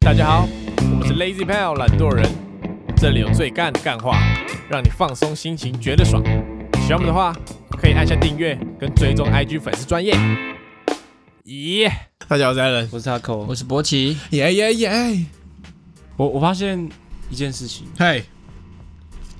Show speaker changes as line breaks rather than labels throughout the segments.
大家好，我们是 Lazy Pal 懒惰人，这里有最干的干话，让你放松心情，觉得爽。喜欢我们的话，可以按下订阅跟追踪 IG 粉丝专业。咦，大家好，我是 Allen，
我是 Taco。
我是博奇，
耶耶耶！
我我发现一件事情，
嘿，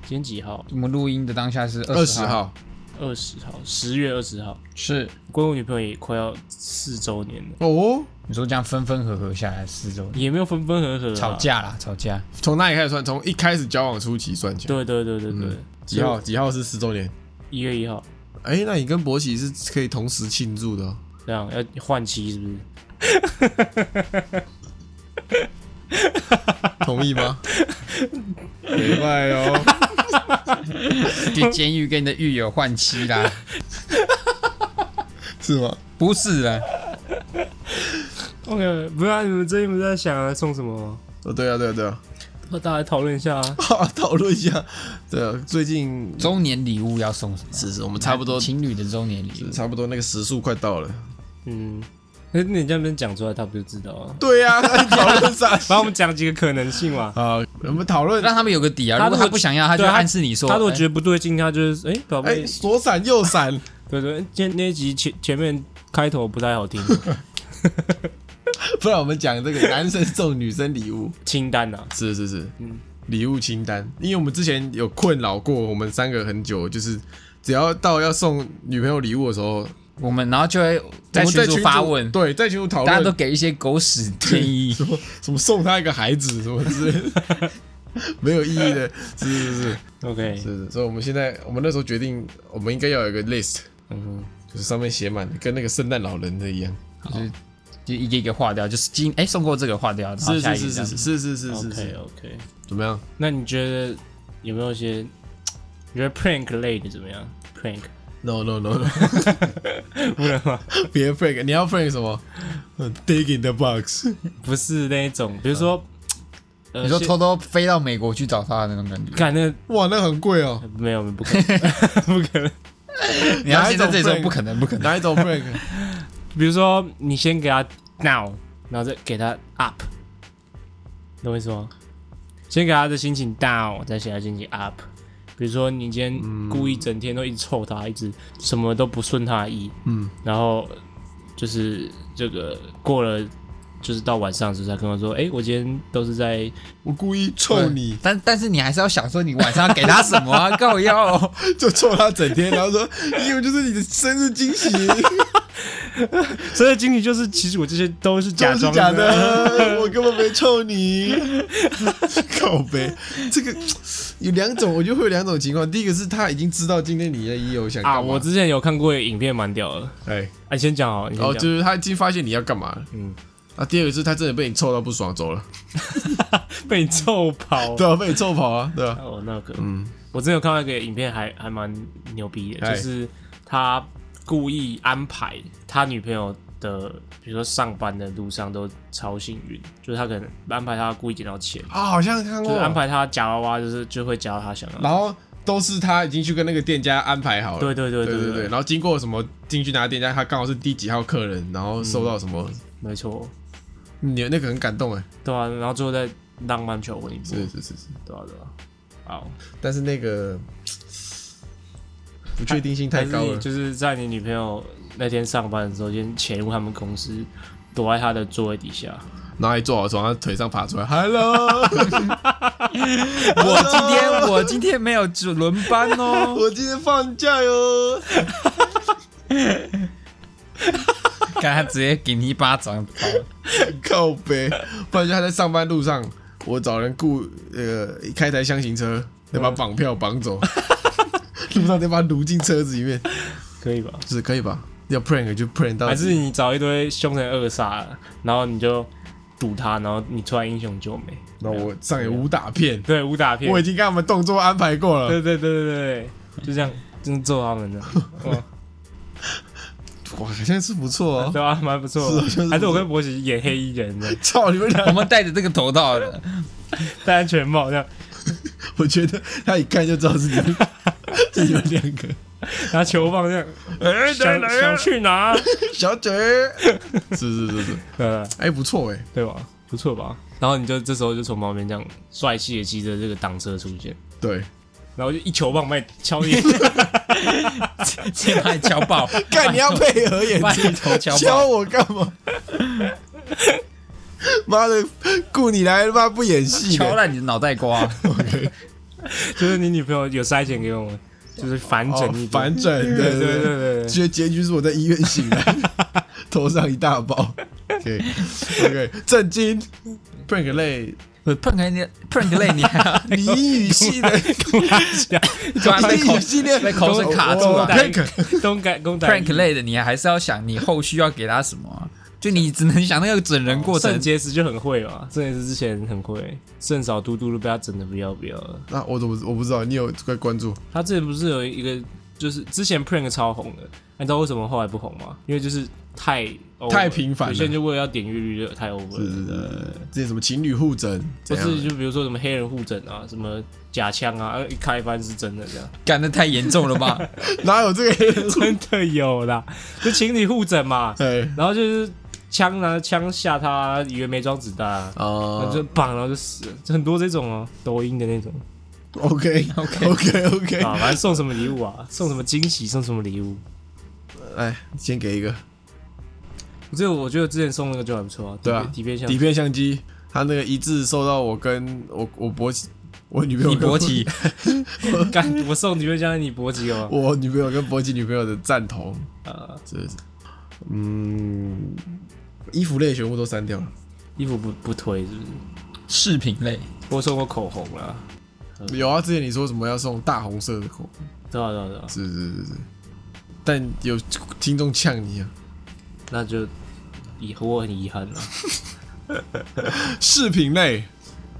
今天几号？
我们录音的当下是
二
二
十
十号，
号，
二十号，十月二十号。
是
归我女朋友也快要四周年了，
哦，
你说这样分分合合下来四周，
也没有分分合合、啊，
吵。架啦，吵架，
从哪里开始算？从一开始交往初期算起来。
对对对对对，
几号？几号是十周年？
一月一号，
哎，那你跟博喜是可以同时庆祝的哦。
这样要换期是不是？
同意吗？明白哦，
去监狱跟你的狱友换妻啦，
是吗？
不是啦，
OK，不然你们最近不是在想啊送什么？
哦，对啊，对啊，对啊，
那大家讨论一下
哦
啊。
讨论一下。对啊，最近
周年礼物要送什么？
是是，我们差不多，
情侣的周年礼物，
差不多那个时速快到了。
嗯，那你这样边讲出来，他不就知道了？
对 呀、啊，讨论啥？
反正我们讲几个可能性嘛。
啊，我们讨论。
让他们有个底啊。
他
如
如果
果他不想要，他就
对他
暗示你说，
他如果觉
得
得不对劲，他就是哎、宝
哎、
贝，
左闪右闪，
对对，哎今天那一集前前面开头不太好听，
不然我们讲这个男生送女生礼物，
清单啊，
是是是，
嗯
礼物清单。因为我们之前有困扰过我们三个很久，就是只要到要送女朋友礼物的时候，
哎我们，然后就会
我
在
们
群
在
组
群
发
组
问，
对，在群组讨
大家都
论，
给一些狗屎建议，
什么什么送他一个孩子什么之类的， 没有意义的，是是是是
，OK，
是。所以我们现在，我们那时候决定，我们应该要有一个 list，
嗯哼。
就是上面写满，跟那个圣诞老人的一样。
就是就一个一个划掉，就是今哎送过这个划掉，然后
是
下一
是
个
是
这样
是是是是是
OK
是，
OK，
怎么样？
那你觉得有没有一些？你觉得 prank 类的怎么样？prank
No no no no，
不能吗？
别 break，你要 break 什么嗯？Dig in the box，
不是那一种，比如说，呃
你说
现
偷偷飞到美国去找他的那种感觉，
干那个
哇，那很贵哦。
没有不可能， 不可能。
你要现在这里
哪一
说
种
不可能，不可能，
哪一种 break？
比如说你先给他 now，然后再给他 up，懂我意思吗？先给他的心情 down，再给他心情 up。比如说你今天故意整天都一直臭他，一直什么都不顺他的意，
嗯，
然后就是这个过了，就是到晚上的时候才跟我说，哎、我今天都是 在
我故意臭你，
但但是你还是要想说你晚上要给他什么啊？告要哦，
就臭他整天，然后说，因为就是你的生日惊喜，
所以经理就是，其实我这些都是假
都是
装
假，的， 我根本没臭你。 靠背，这个有两种，我觉得会有两种情况。第一个是他已经知道今天你也有想干嘛
啊！我之前有看过一个影片，蛮屌的。
哎，
啊，你先讲哦，你先
哦，
讲。
就是他已经发现你要干嘛了。
嗯，
啊，第二个是他真的被你臭到不爽走了，
被你臭跑。
对啊，被你臭跑啊，对啊，
哦，那个，
嗯，
我之前有看到一个影片还，还蛮牛逼的，
哎
就是他故意安排他女朋友的，比如说上班的路上都超幸运，就是他可能安排他故意捡到钱，
啊，好像看
就
过
是，安排他夹娃娃，就是就会夹到他想要的。
然后都是他已经去跟那个店家安排好了，
对对对
对
对
对对，然后经过什么进去拿店家，他刚好是第几号客人，然后收到什么，
没错，
你那个很感动哎，
对啊，然后最后再浪漫求婚一波，
是是是是，
对啊对啊。好，
但是那个不确定性太
但是
高
你
了，
就是在你女朋友那天上班的时候，先潜入他们公司，躲在他的座位底下。
然后一坐好啊从他腿上爬出来，Hello，
我今天我今天没有只轮班哦，
我今天放假哟，
看他直接给你一巴掌，
靠背，不然就他在上班路上，我找人雇呃开台箱型车，得把绑票绑走，
嗯
路上得把他掳进车子里面，
可以吧？
是可以吧？要 prank 就 prank 到底，
还是你找一堆凶神恶煞，然后你就堵他，然后你出来英雄救美。
那我上演武打片，
对武打片
我，已经跟他们动作安排过了，
对对对对对，就这样，真的揍他们的，哇
哇，好像是不错哦。
对啊，蛮不错
是啊。
还是我跟博喜演黑衣人的，
操你们俩！
我们戴着这个头套的，
戴安全帽 这样，
我觉得他一看就知道是 你们，是你们两个。
拿球棒这样，
哎
想想去哪？
小嘴，是是是是，
对啊
哎，不错哎，
对吧？不错吧？然后你就这时候就从旁边这样帅气的骑着这个挡车出现，
对，
然后就一球棒把你敲 你，
键盘敲爆，
干你要配 合演
把
技
你，头敲
教
爆，
我干嘛？妈的，雇你来他妈不演 戏
敲
的，
烂你的脑袋瓜。
就是你女朋友有塞钱给我们，就是反
哦
整一，点、
反转，对
对
对
对
对对。
对对，
结结局是我在医院醒 来，头上一大包。OK OK，震惊，prank 类
我碰开你，碰个累你，
俚语系的，
突然被口
俚语系列
被口水卡住
了。
哦
了
prank
公改公改
prank 类的，你还是要想你后续要给他什么啊、就你只能想那个整人过程
肾。结石就很会嘛，肾结石之前很会，肾少嘟嘟都被他整的不要不要了。
那我怎么我不知道？你有在关注？
他之前不是有一个，就是之前 prank 超红的，你知道为什么后来不红吗？因为就是太 over
太频繁了
有些人就为了要点阅率就太 over
是是
了。
是，这些什么情侣互整，
不
怎样
是，就比如说什么黑人互整啊，什么假枪啊，啊一开翻是真的这样，
干的太严重了吧？
哪有这个？
真的有啦，就情侣互整嘛，
哎
然后就是枪拿枪吓他，以为没装子弹、啊，然
啊
后就绑，然后就死了，就很多这种哦，抖音的那种。
，OK OK OK OK，
啊，反正送什么礼物啊，送什么惊喜，送什么礼物。
哎，先给一个
这个我觉得之前送那个就还不错啊，
对啊
底片箱
底片相机，他那个一致受到我跟我我勃起，我女朋友
你
跟
勃起，
干，我送底片箱给你脖子哦。
我女朋友跟勃起女朋友的赞同，
呃，
这是嗯，衣服类全部都删掉了，
衣服不不推是不是？
饰品类，
我送过口红啦，
有啊，之前你说什么要送大红色的口，
对啊对啊对啊，
是是是是，但有听众呛你啊，
那就以后我很遗憾啊了。
饰品类。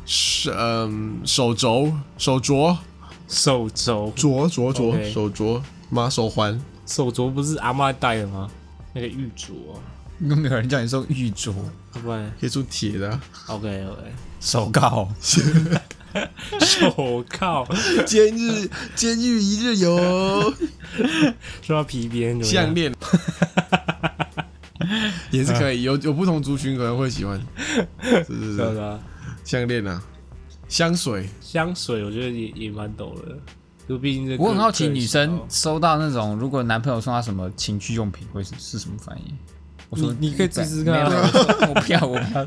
是嗯，手镯、手镯、
手镯，
镯、镯、镯、
OK
手镯、妈手环，
手镯不是阿妈戴的吗？那个玉镯啊，
有没有人叫你送玉镯、
要啊不然
可以做铁的啊、
OK OK，
手铐？
手铐
监日监狱一日游，
说到皮鞭怎么
项
样？
链 也是可以，有有不同族群可能会喜欢，是是
对啊
是，
对啊，
项链啊，香水
香水我觉得也也蛮抖的，就毕竟这个哦
我很好奇
个人
女
喜好
生收到那种如果男朋友送她什么情趣用品会是是什么反应？我说
你你可以试试看
没有，
啊
没有我说我不要，我不要，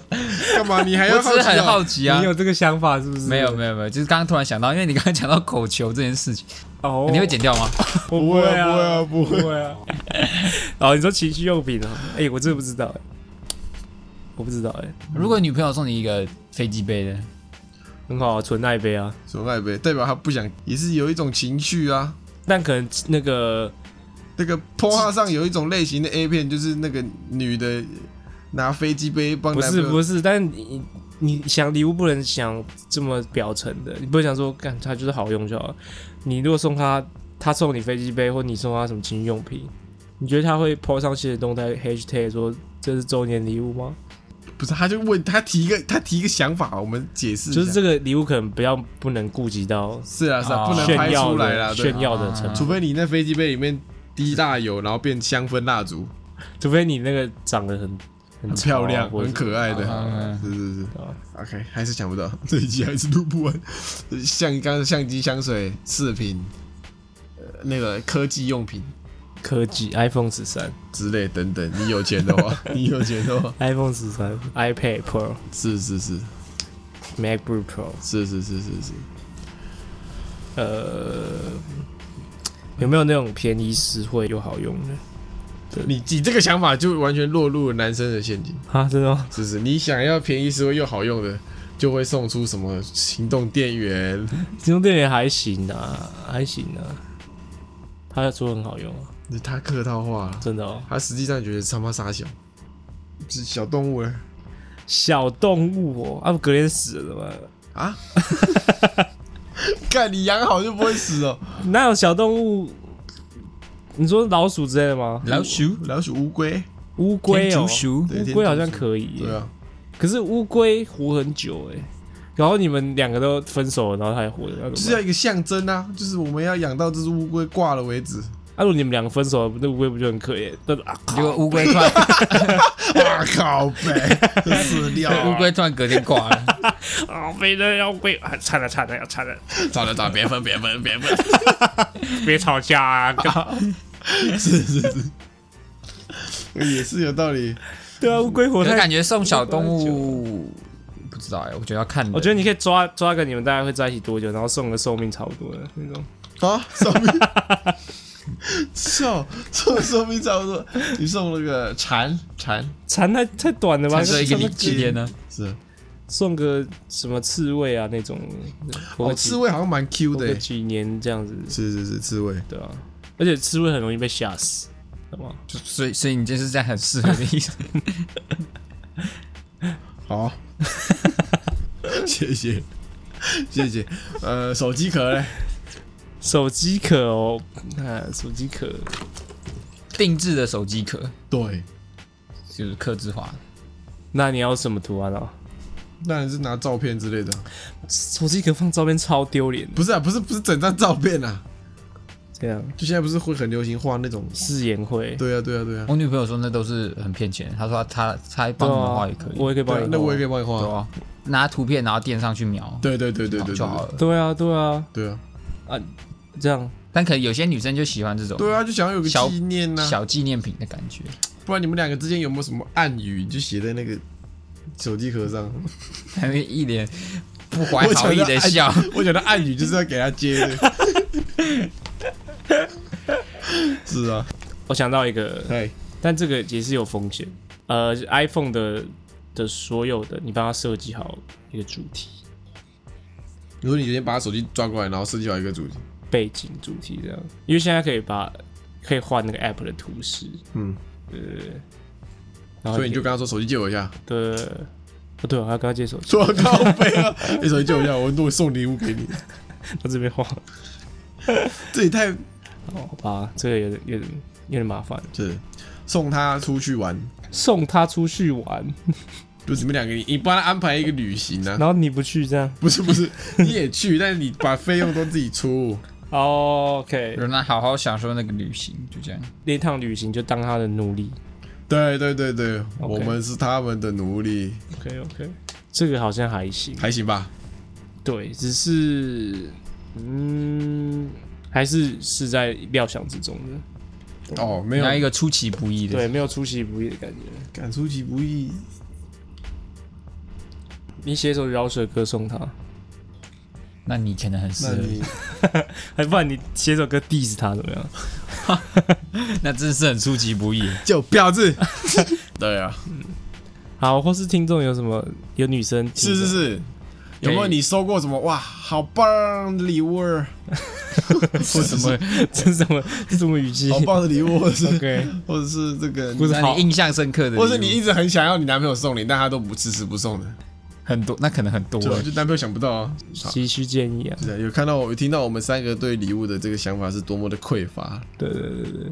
干嘛？你还要
我只
好
是
奇
很
啊？
好奇啊
你。有这个想法是不是？
没有没有没有，就是刚刚突然想到，因为你刚刚讲到口球这件事情，
哦，
你会剪掉吗？
我
不
不
会
会
啊
啊，
不会啊
不会啊。 哦，你说情趣用品啊？哎、我真的不知道、哎，我不知道、哎，
如果女朋友送你一个飞机杯的，
很好、啊，纯爱杯啊。
什么爱杯？代表他不想，也是有一种情趣啊。
但可能那个
那个 p o h 上有一种类型的 A 片，就是那个女的拿飞机杯帮
不
男
是
朋友
不是，但你你想礼物不能想这么表层的，你不能想说干它就是好用就好了。你如果送他，他送你飞机杯，或你送他什么情趣用品，你觉得他会 po 上新的动态 hashtag 说这是周年礼物吗？
不是，他就问他提一个他提一个想法，我们解释一下
就是这个礼物可能不要不能顾及到
是啊是啊，
哦
不能
炫
拍
耀
出来啦，
的
对啊
炫，耀的程度。
除非你那飞机杯里面滴蜡油，然后变香氛蜡烛。
除非你那个长得很很
很
潮啊
漂亮、
或者
很可爱的，
嗯
是是是
啊
，OK，还是想不到，这一集还是录不完。像刚刚相机、香水、饰品，呃，那个科技用品
科技 iPhone 十三、
之类等等，你有钱的 话，你有钱的话，
iPhone 十三、iPad Pro、
是是是
MacBook Pro，
是是是是是，
呃，有没有那种便宜实惠又好用的
你你这个想法就完全落入了男生的陷阱，
啊？真的吗？
是是，你想要便宜实惠又好用的，就会送出什么行动电源，
京东店员还行啊，还行啊，他说很好用啊，
他客套话了，
真的哦。
他实际上觉得他妈傻小，是小动物了欸
小动物哦，啊，隔天死了怎么办？
啊？看你养好就不会死 哦。
哪有小动物？你说老鼠之类的吗？
老鼠、
老鼠、乌龟，
乌龟
天
哦
竺，鼠，
对
乌龟好像
天竺鼠
可以耶。
对啊，
可是乌龟活很久哎、然后你们两个都分手了，然后它还活着，那
啊就
怎
是
么
要一个象征啊，就是我们要养到这只乌龟挂了为止。
办啊，如果你们两个分手，那乌龟不就很可 怜？但是啊，
结果乌龟突然，
哇靠 呗，这饲料啊
乌龟突然隔天挂了，
啊，飞的要龟啊，惨了惨了要惨了，
找了找，别分别分别分，
别吵架啊！干
是是是，也是有道理。
对啊，乌龟活
我
太
感觉送小动物不知道哎、我觉得要看人。
我觉得你可以抓抓个你们大概会在一起多久，然后送个寿命差不多的那种。
啊，哦寿 命，寿寿寿命差不多，你送了个蝉蝉
蝉太太短了吧？
才这一个
送
礼几天呢？
是，
送个什么刺猬啊那种，活
哦，
个几
刺猬好像蛮 Q
活
的
个
欸，
几年这样子，
是是是，刺猬，
对啊。而且刺猬很容易被吓死，懂吗？
就所以所以你就是在很适合的 意思。
好， 谢谢谢谢，呃，手机壳嘞，
手机壳哦，啊，手机壳，
定制的手机壳
对，
就是刻字化，
那你要什么图案哦？
当然是拿照片之类的，
手机壳放照片超丢脸的，
不是啊，不是不是整张照片啊，
这样
就现在不是会很流行画那种，
誓言会。
对啊对啊对啊，
我女朋友说那都是很骗钱，她说她她帮你们画也可以，
啊我也可以帮
对啊
你。
那我也可以。帮你
对
画，
啊，拿图片然后垫上去描，
对对对对对
就
对
好了。
对啊，对啊，
对啊
这样
但可能有些女生就喜欢这种
对啊，啊就想要有个
小
纪念呐，
小纪念品的感 觉，
不然你们两个之间有没有什么暗语，你就写在那个手机壳 上？
还会一脸不怀好意的笑。
我哎觉得暗语就是要给他接的。 是啊，
我想到一个，
哎，
但这个也是有风险。呃，iPhone 的的所有的，你帮它设计好一个主题、
如果你今天把他手机抓过来，然后设计好一个主题，
背景主题这样，因为现在可以把可以换那个 App 的图示，
嗯，
然后
啊所以你就
可
跟他说手机借我一下，
对，哦对，我还要跟他借手机，
说靠背 啊，你手机借我一下，我我送礼物给你，
他这边画，
这也太
哦好吧，这个有点有点有点麻烦。
是送他出去玩，
送他出去 玩，
就你们两个，你帮他安排一个旅行啊。
然后你不去这样。
不是不 是，你也去，但是你把费用都自己出，
哦
嗯
OK，
让她好好享受那个旅行，就这样。
那趟旅行就当他的奴隶。
对对对对，
OK
我们是他们的奴隶，
OK OK，这个好像还行。
还行吧？
对，只是嗯，还是是在料想之中的，
哦，没
你要一
有，
个出其不意的，
对，没有出其不意的感觉。
敢出其不意，
你写一首饶舌歌送他，
那你可能很适
那
合，
你
还哎不然你写首歌 diss 他怎么样？
那真是很出其不意。
就婊子。 对啊，
好，或是听众有什么有女生听的
是是是，有没有你收过什么哇，好棒的礼物啊 儿，
为什么？
这是 什么这是什么语气
好棒的礼 物，或者啊是
？OK，
或者是这个，
不是
那
好
你印象深刻的礼物，
或者是你一直很想要你男朋友送你，但他都不迟迟不送的，
很多，那可能很多
对啊，
欸。
就男朋友想不到啊。
急需建议啊，
是啊有看到我听到我们三个对礼物的这个想法是多么的匮乏，
对对对对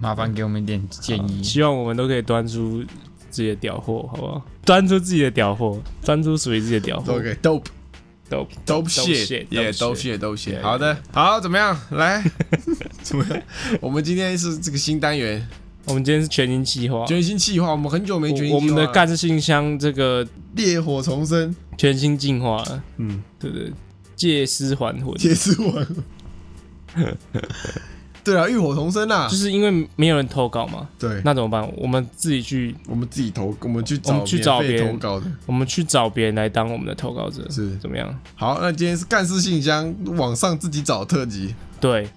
麻烦给我们一点建
对，
议。
希望我们都可以端出自己的屌货，好不好？端出自己的屌货，端出属于自己的屌货。
OK dope
都
dope
shit，
shit 也
哦 dope
dope shit
Yeah,
dope shit，好的，好怎么样？来怎么样？我们今天是这个新单元
我们今天是全新计划，
全新计划，我们很久没全新
我我们的
计划了
干式信箱这个
烈火重生，
全新进化了，
嗯。
对不对？借尸还魂，
解释 完。对啊，浴火重生啊
就！是因为没有人投稿嘛，
对，
那怎么办？我们自己去，
我们自己投，我们去
我
找
们去找
免费
别人
投稿的。
我们去找别人来当我们的投稿者，
是
怎么样？
好，那今天是干事信箱网上自己找特辑，
对，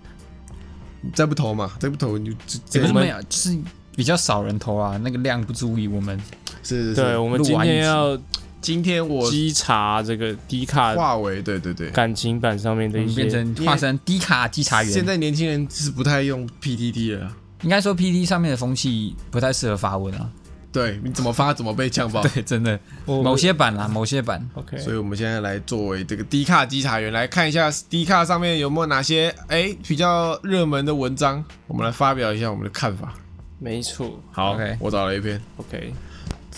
你再不投嘛，再不投你就直
也
接
不是
我们
没有，就是比较少人投啊，那个量不足以我们
是是
对，
是。
我们今天要
今天我
稽查这个低卡
化为对对对，
感情版上面的
我
一
嗯
们变
些，
成化身低卡稽查员。
现在年轻人是不太用 PTT 了啊。
应该说 P D 上面的风气不太适合发文啊。
对，你怎么发怎么被呛爆。
对，真的，
我
某些版啦，某些版
OK，
所以我们现在来作为这个低卡稽查员来看一下低卡上面有没有哪些哎比较热门的文章，我们来发表一下我们的看法。
没错
好
OK
我找了一篇，
，OK，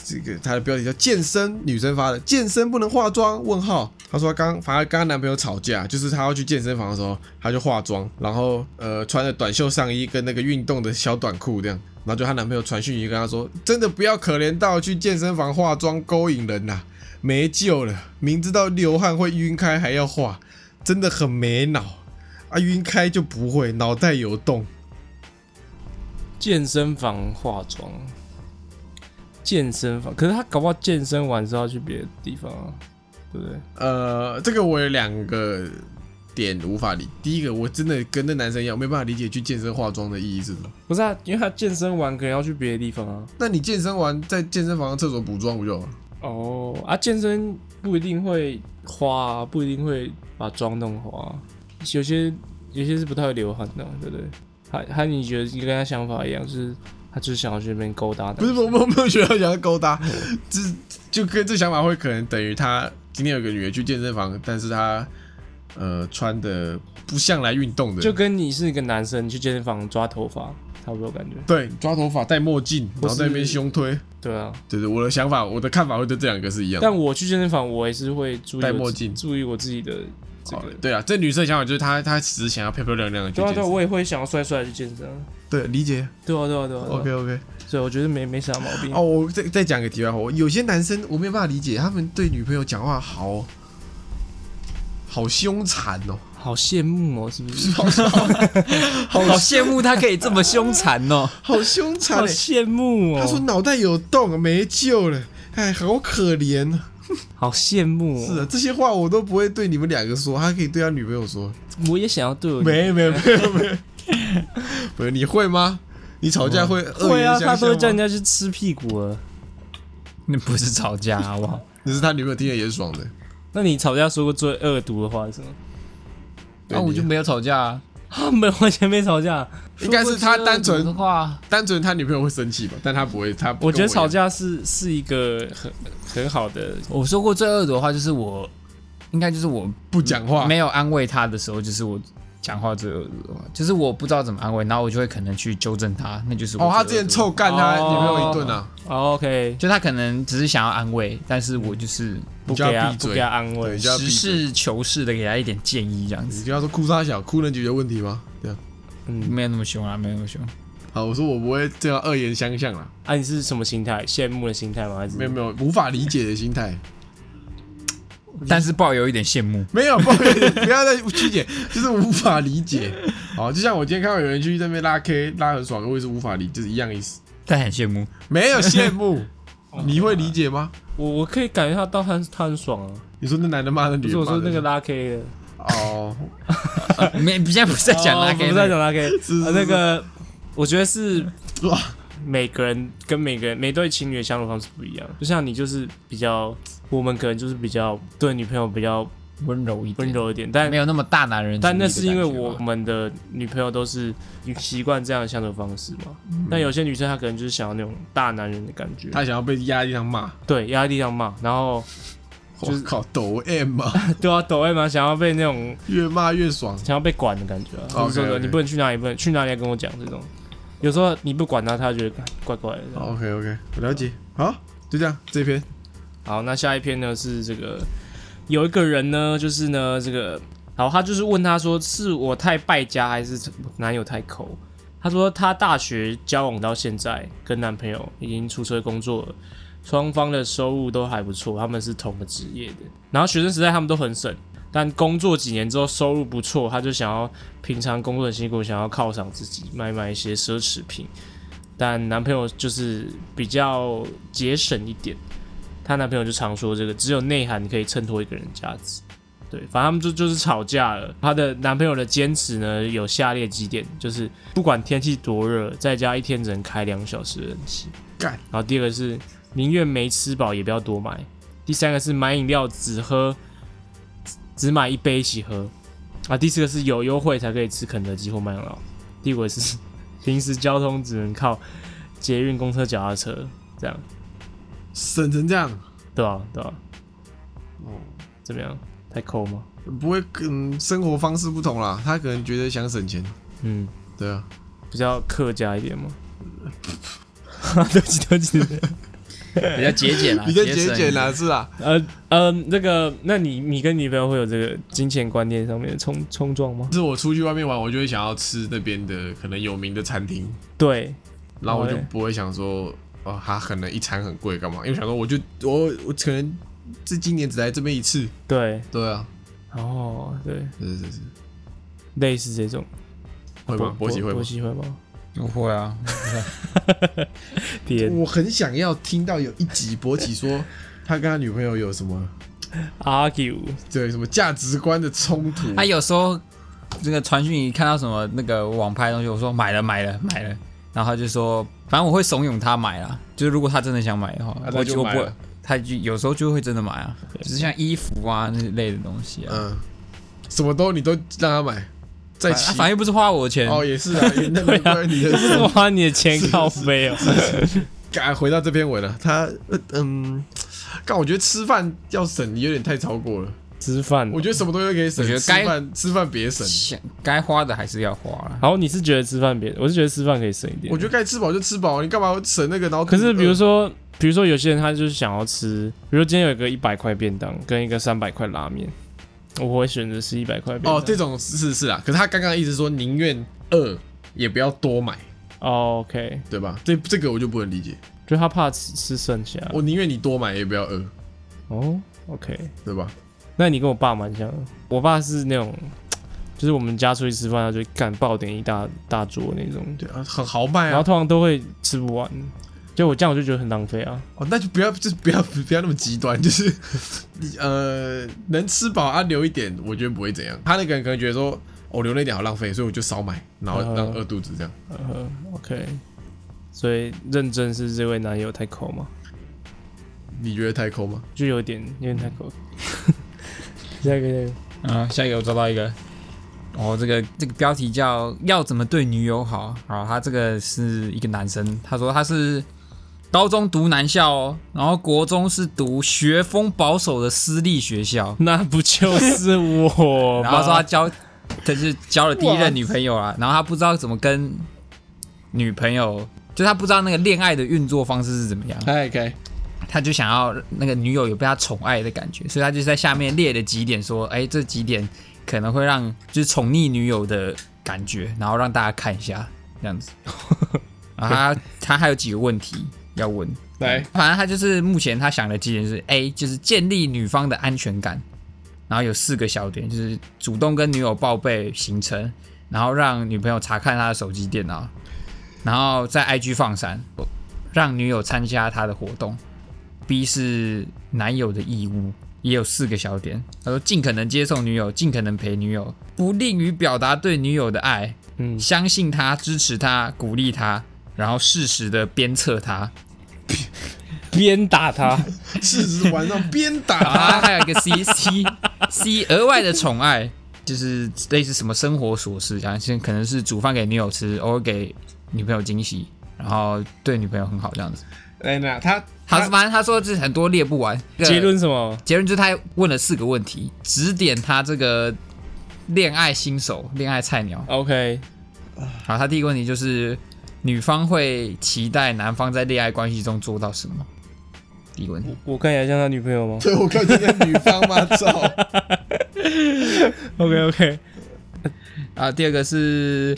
这个她的标题叫“健身”，女生发的“健身不能化妆”？问号。她说她刚反而跟她男朋友吵架，就是她要去健身房的时候，她就化妆，然后呃穿着短袖上衣跟那个运动的小短裤这样，然后就她男朋友传讯息跟她说：“真的不要可怜到去健身房化妆勾引人呐、啊没救了！明知道流汗会晕开还要化，真的很没脑啊！晕开就不会，脑袋有洞。”
健身房化妆，健身房，可是他搞不好健身完之后去别的地方啊，对不对？
呃，这个我有两个点无法理。第一个，我真的跟那男生一样，没办法理解去健身化妆的意义是什么。
不是啊，因为他健身完可能要去别的地方啊。
那你健身完在健身房的厕所补妆不就好了？
哦，啊，健身不一定会花、啊，不一定会把妆弄花啊、有些有些是不太会流汗的啊，对不对？还还你觉得你跟他想法一样，就是他就是想要去那边勾搭的，
不是，我我没有觉得想要 勾搭，这就跟这想法会可能等于他今天有个女的去健身房，但是她呃穿的不像来运动的，
就跟你是一个男生你去健身房抓头发差不多感觉。
对抓头发、戴墨镜，然后在那边胸推。
对啊，
对对，我的想法，我的看法会对这两个是一样的。
但我去健身房，我也是会注意
戴
我
墨
自
镜
注意我自己的这
哦
个。
对啊，这女生的想法就是她，她只是想要漂漂亮亮的去
对啊，
健
对啊，
身。
我也会想要帅帅地去健身啊。
对，理解。
对啊，对啊，对啊。对啊
OK OK。
所以我觉得没没啥毛病。
哦，我再再讲个题外话，我有些男生我没有办法理解，他们对女朋友讲话好好凶残哦，
好羡慕哦，是不
啊
是？
好羡慕他可以这么凶残 哦。
好凶
好
残、欸。
羡慕
他说
哦，
脑袋有洞，没救了，哎，好可怜啊。
好羡慕哦。
是啊，这些话我都不会对你们两个说，他可以对他女朋友说。
我也想要对我
没没有没有没有， 不是你会吗？你吵架会恶
会
言
啊，
相
他都会叫
向
人
吗？
家去吃屁股了。
那不是吵架好不好？
只是他女朋友听了也是爽的。
那你吵架说过最恶毒的话是什么？
对
那、我
你
就没有吵架、啊，
啊，没有，完全没吵架。
应该是他
说啊过
单
这个
纯
的话，
单纯他女朋友会生气吧，但他不会，他
我觉得吵
架。
架是是一个很很好的，
我说过最恶毒的话就是我，应该就是我
不讲话，
没有安慰他的时候，就是我讲话最恶毒的话，就是我不知道怎么安慰，然后我就会可能去纠正他，那就是我
哦，他之
最恶毒
前
的
臭干他女
哦
朋友一顿啊，
哦 OK，
就他可能只是想要安慰，但是我就是
不
你就要
给他
闭
不
嘴
给啊他安
对，
慰
你。就要
实
闭嘴。
事求是的给他一点建议这样子，
你跟他说哭他小，哭能解决问题吗？对啊。
嗯，
没有那么凶啊，没有那么凶，
好，我说我不会这样恶言相向啦，
啊，你是什么心态？羡慕的心态吗？还是
没有没有无法理解的心态，
但是抱有一点羡慕。
没有不好意思 不要再曲解，就是无法 理解。好，就像我今天看到有人去那边拉 K 拉很爽，我也是无法理，就是一样意思，
但很羡 慕，
没有羡慕，你会理解吗？
我我可以感觉到到他很他很爽啊。
你说那男的骂那女
不
的
是我
骂
说那个
的
拉 K 的，
哦，
啊没，现在不是在 讲
哦
那
我
个，
不在讲拉 K，
是
啊那个我觉得是
哇，
每个人跟每个人每对情侣的相处方式不一样，就像你就是比较，我们可能就是比较对女朋友比较
温柔一点，
温柔一点，但
没有那么大男人主义的
但
感觉吧。
那是因为我们的女朋友都是习惯这样的相处方式嘛。但有些女生她可能就是想要那种大男人的感觉，
他想要被压力上骂，
对，压力上骂，然后
我靠抖 M 嘛，
对啊，抖 M 嘛，想要被那种
越骂越爽。
想要被管的感觉啊，
OK，
就是说
OK
你不能去哪里，不能去哪里要跟我讲这种。有时候你不管他，他觉得哎怪怪的。
好 OK OK，我了解。好，就这样，这篇
好，那下一篇呢是这个有一个人呢，就是呢这个，好，他就是问他说是我太败家还是男友太抠？他说他大学交往到现在，跟男朋友已经出车工作了，双方的收入都还不错，他们是同个职业的。然后学生时代他们都很省，但工作几年之后收入不错，他就想要平常工作很辛苦，想要犒赏自己，买买一些奢侈品。但男朋友就是比较节省一点。她男朋友就常说这个只有内涵可以衬托一个人的价值。对，反正他们就就是吵架了。她的男朋友的坚持呢有下列几点，就是不管天气多热，在家一天只能开两小时的冷气。
干
然后第二个是宁愿没吃饱也不要多买。第三个是买饮料只喝，只买一杯一起喝。啊，第四个是有优惠才可以吃肯德基或麦当劳。第五个是 平时交通只能靠捷运、公车、脚踏车这样，
省成这样，
对吧、对吧、
哦，
怎么样？太抠吗？
不会，嗯，生活方式不同啦，他可能觉得想省钱，
嗯，
对啊，
比较客家一点吗？对不起，对不起，对不起
比较啊 节俭啦，
你在节俭
啦。
哪是啊？
呃呃，那个，那你你跟女朋友会有这个金钱观念上面的冲冲撞吗？
是我出去外面玩，我就会想要吃那边的可能有名的餐厅，
对，
然后我就
对
不会想说，哦，它可能一餐很贵干嘛？因为想说我就我我可能这今年只来这边一次，
对，
对啊，
哦，对，
是是是，
类似这种。
会吗？
博
博喜会吗
博？喜会吗？
不会啊，
点
我很想要听到有一集博喜说他跟他女朋友有什么
argue，
对什么价值观的冲突，
他有时候这个传讯仪看到什么那个网拍的东西，我说买了买了买了，然后他就说，反正我会怂恿他买啦，就是如果他真的想买的话，
啊那
我
就
我
买
不会
了，
他就有时候就会真的买啊，就是像衣服啊那类的东西啊，
嗯，什么都你都让他买，在
啊
骑
反正又不是花我的钱，
哦也是啊，也那没关于你的事
这。花你的钱靠背哦。
刚回到这篇文了，他呃嗯，但我觉得吃饭要省有点太超过了。
吃饭，
我觉得什么东西都可以省，
我觉得
吃
该
饭吃饭别省。
想该花的还是要花啦。
好，你是觉得吃饭别，我是觉得吃饭可以省一点。
我觉得该吃饱就吃饱，你干嘛省那个？然后
可是比如说，比如说有些人他就是想要吃，比如说今天有一个一百块便当跟一个三百块拉面，我会选择吃一百块便当。
哦，这种是是啊，可是他刚刚意思说宁愿饿也不要多买，
哦，OK，
对吧？这这个我就不能理解，
就他怕吃吃剩下。
我宁愿你多买也不要饿，
哦，OK，
对吧？
那你跟我爸蛮像的，我爸是那种，就是我们家出去吃饭，他就干爆点一大大桌那种，
对啊，很豪迈
然后
啊。
通常都会吃不完，就我这样我就觉得很浪费啊。
哦，那就不要就是不要不要那么极端，就是你呃能吃饱啊留一点，我觉得不会怎样。他那个人可能觉得说，我、哦、留那一点好浪费，所以我就少买，然后让
嗯
饿肚子这样。
呃，OK，所以认真是这位男友太抠吗？
你觉得太抠吗？
就有点有点太抠。 下一个，下一个
啊，下一个我找到一个，哦，这个这个标题叫“要怎么对女友好”啊，他这个是一个男生，他说他是高中读男校哦，然后国中是读学风保守的私立学校，
那不就是我
然后说他
吗？
交，他是交了第一任女朋友啊，然后他不知道怎么跟女朋友，就他不知道那个恋爱的运作方式是怎么样，
哎，可以。
他就想要那个女友有被他宠爱的感觉，所以他就在下面列了几点说，哎、这几点可能会让就是宠溺女友的感觉，然后让大家看一下这样子。然后他他还有几个问题要问，
来，
反正他就是目前他想的几点就是 A，就是建立女方的安全感，然后有四个小点，就是主动跟女友报备行程，然后让女朋友查看她的手机、电脑，然后在 IG 放闪，让女友参加他的活动。B 是男友的义务，也有四个小点。他说尽可能接受女友，尽可能陪女友，不吝于表达对女友的爱，
嗯，
相信他，支持他，鼓励他，然后适时的鞭策他。
鞭打他，
事实晚上鞭打
然后
他。
他还有一个 C C C 额外的宠爱，就是类似什么生活琐事，然后现在可能是煮饭给女友吃，偶尔给女朋友惊喜，然后对女朋友很好这样子。
哎，那他
他反正他说这很多列不完，
结论什么？
结论就是他问了四个问题，指点他这个恋爱新手、恋爱菜鸟。
OK，
好，他第一个问题就是女方会期待男方在恋爱关系中做到什么？第一个问题，
我看起来像他女朋友吗
对我看这个女方 嘛，操！
？OK OK，
啊，第二个是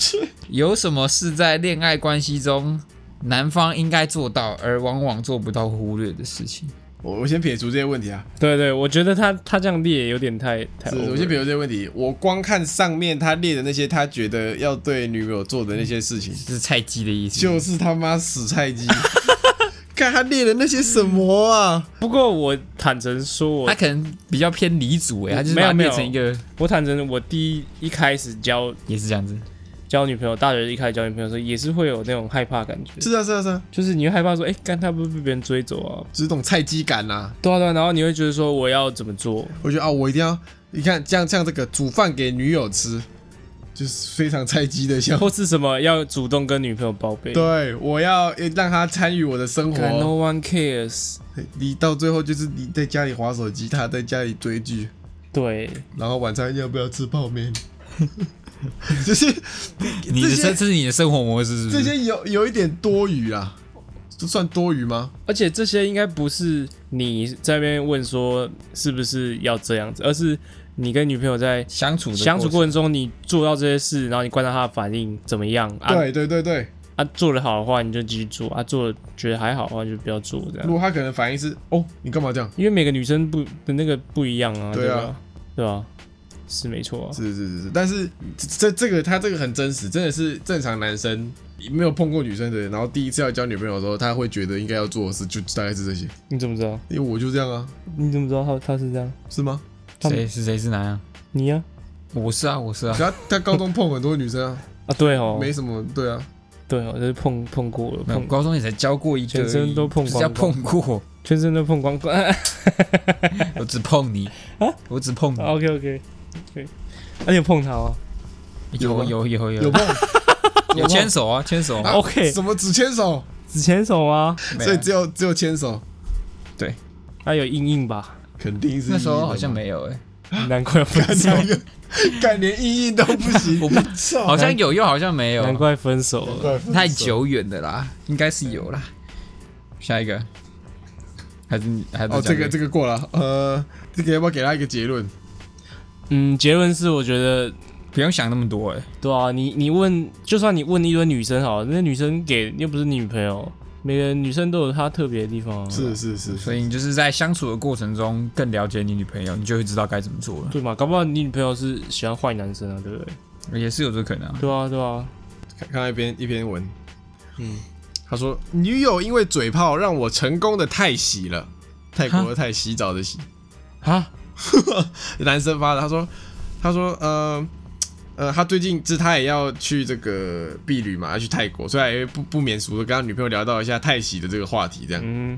有什么是在恋爱关系中男方应该做到而往往做不到忽略的事情？
我我先撇除这些问题啊，
对对，我觉得他他这样列有点太太
是
over 了。
我先撇除这些问题。我光看上面他列的那些，他觉得要对女友做的那些事
嗯
情，
这是菜鸡的意思。
就是他妈死菜鸡。 看他列的那些什么啊？
不过我坦诚说我，
他可能比较偏离组诶、他就是
没有
把它
没有
变成一个
我坦诚我第一一开始交
也是这样子。
交女朋友，大学一开始交女朋友的时候，也是会有那种害怕感觉，
是啊，是啊，是啊，
就是你会害怕说，哎、干他会不会被别人追走啊？
只懂菜鸡感呐。
对啊对啊，然后你会觉得说我要怎么做？
我觉得啊，我一定要，你看，像像这个煮饭给女友吃，就是非常菜鸡的像。
或是什么要主动跟女朋友报备？
对，我要让她参与我的生
干，No
活。
one cares。
你到最后就是你在家里划手机，她在家里追剧。
对，
然后晚餐要不要吃泡面？ 就是
你的
这些
生这是你的生活模式是不
这
是？
些有有一点多余啊。这算多余吗？
而且这些应该不是你在那边问说是不是要这样子，而是你跟女朋友在
相处的
相处
过
过程中，你做到这些事，然后你观察她的反应怎么样啊？
对对对对，
啊，做的好的话你就继续做，啊，做得觉得还好的话就不要做这
如
样，
果他可能反应是哦，你干嘛这样？
因为每个女生不的那个不一样啊，
对
对
啊
吧？对吧？是没错啊，
是是是是，但是这这这个他这个很真实，真的是正常男生没有碰过女生的人，然后第一次要交女朋友的时候，他会觉得应该要做的事就大概是这些，
你怎么知道？
因为我就这样啊，
你怎么知道他他是这样？
是吗？
他们
谁是谁是男啊？
你呀、
我是啊，我是啊。
他他高中碰很多女生啊，
啊？对哦，
没什么对啊，
对哦，就是碰碰过了，
没有
碰
高中也才教过一个而
全
已，
身都碰
不是
光
叫
光
碰过，
全身都 碰光光。
我只碰你
啊，
我只碰你，
OK OK OK，而且碰他哦。
有
有
吗
有有
有
有
碰
有牵手啊，牵手，
啊
OK
什么只牵手，
只牵手啊吗？
没有
所以只有只有牵手，
他有硬硬吧？
肯定是
那时
硬硬
候
的
好像
嘛，
没有哎，
难怪分 手，
那个干连硬硬都不 行，我们
好像有又好像没
啊
难
有，
怪分手了。
太久远的啦，应该是有啦。下一个，还是你还是
哦，这个
讲
这个过了，呃，这个要不要给他一个结论？
嗯，结论是我觉得，
不用想那么多哎，
对啊，你你问，就算你问一堆女生好了，那女生给又不是你女朋友，每个女生都有她特别的地方、啊，
是是是，
所以你就是在相处的过程中更了解你女朋友，你就会知道该怎么做了，
对嘛？搞不好你女朋友是喜欢坏男生啊，对不对？
也是有这可能啊。
对啊，对啊，
看看到一篇一篇文，
嗯，
他说女友因为嘴炮让我成功的太洗了，泰国的泰洗澡的洗，
啊，
男生发的，他说他说呃呃，他最近就是他也要去这个避旅嘛，要去泰国，所以他也不不免俗的跟他女朋友聊到一下泰洗的这个话题，这样，
嗯，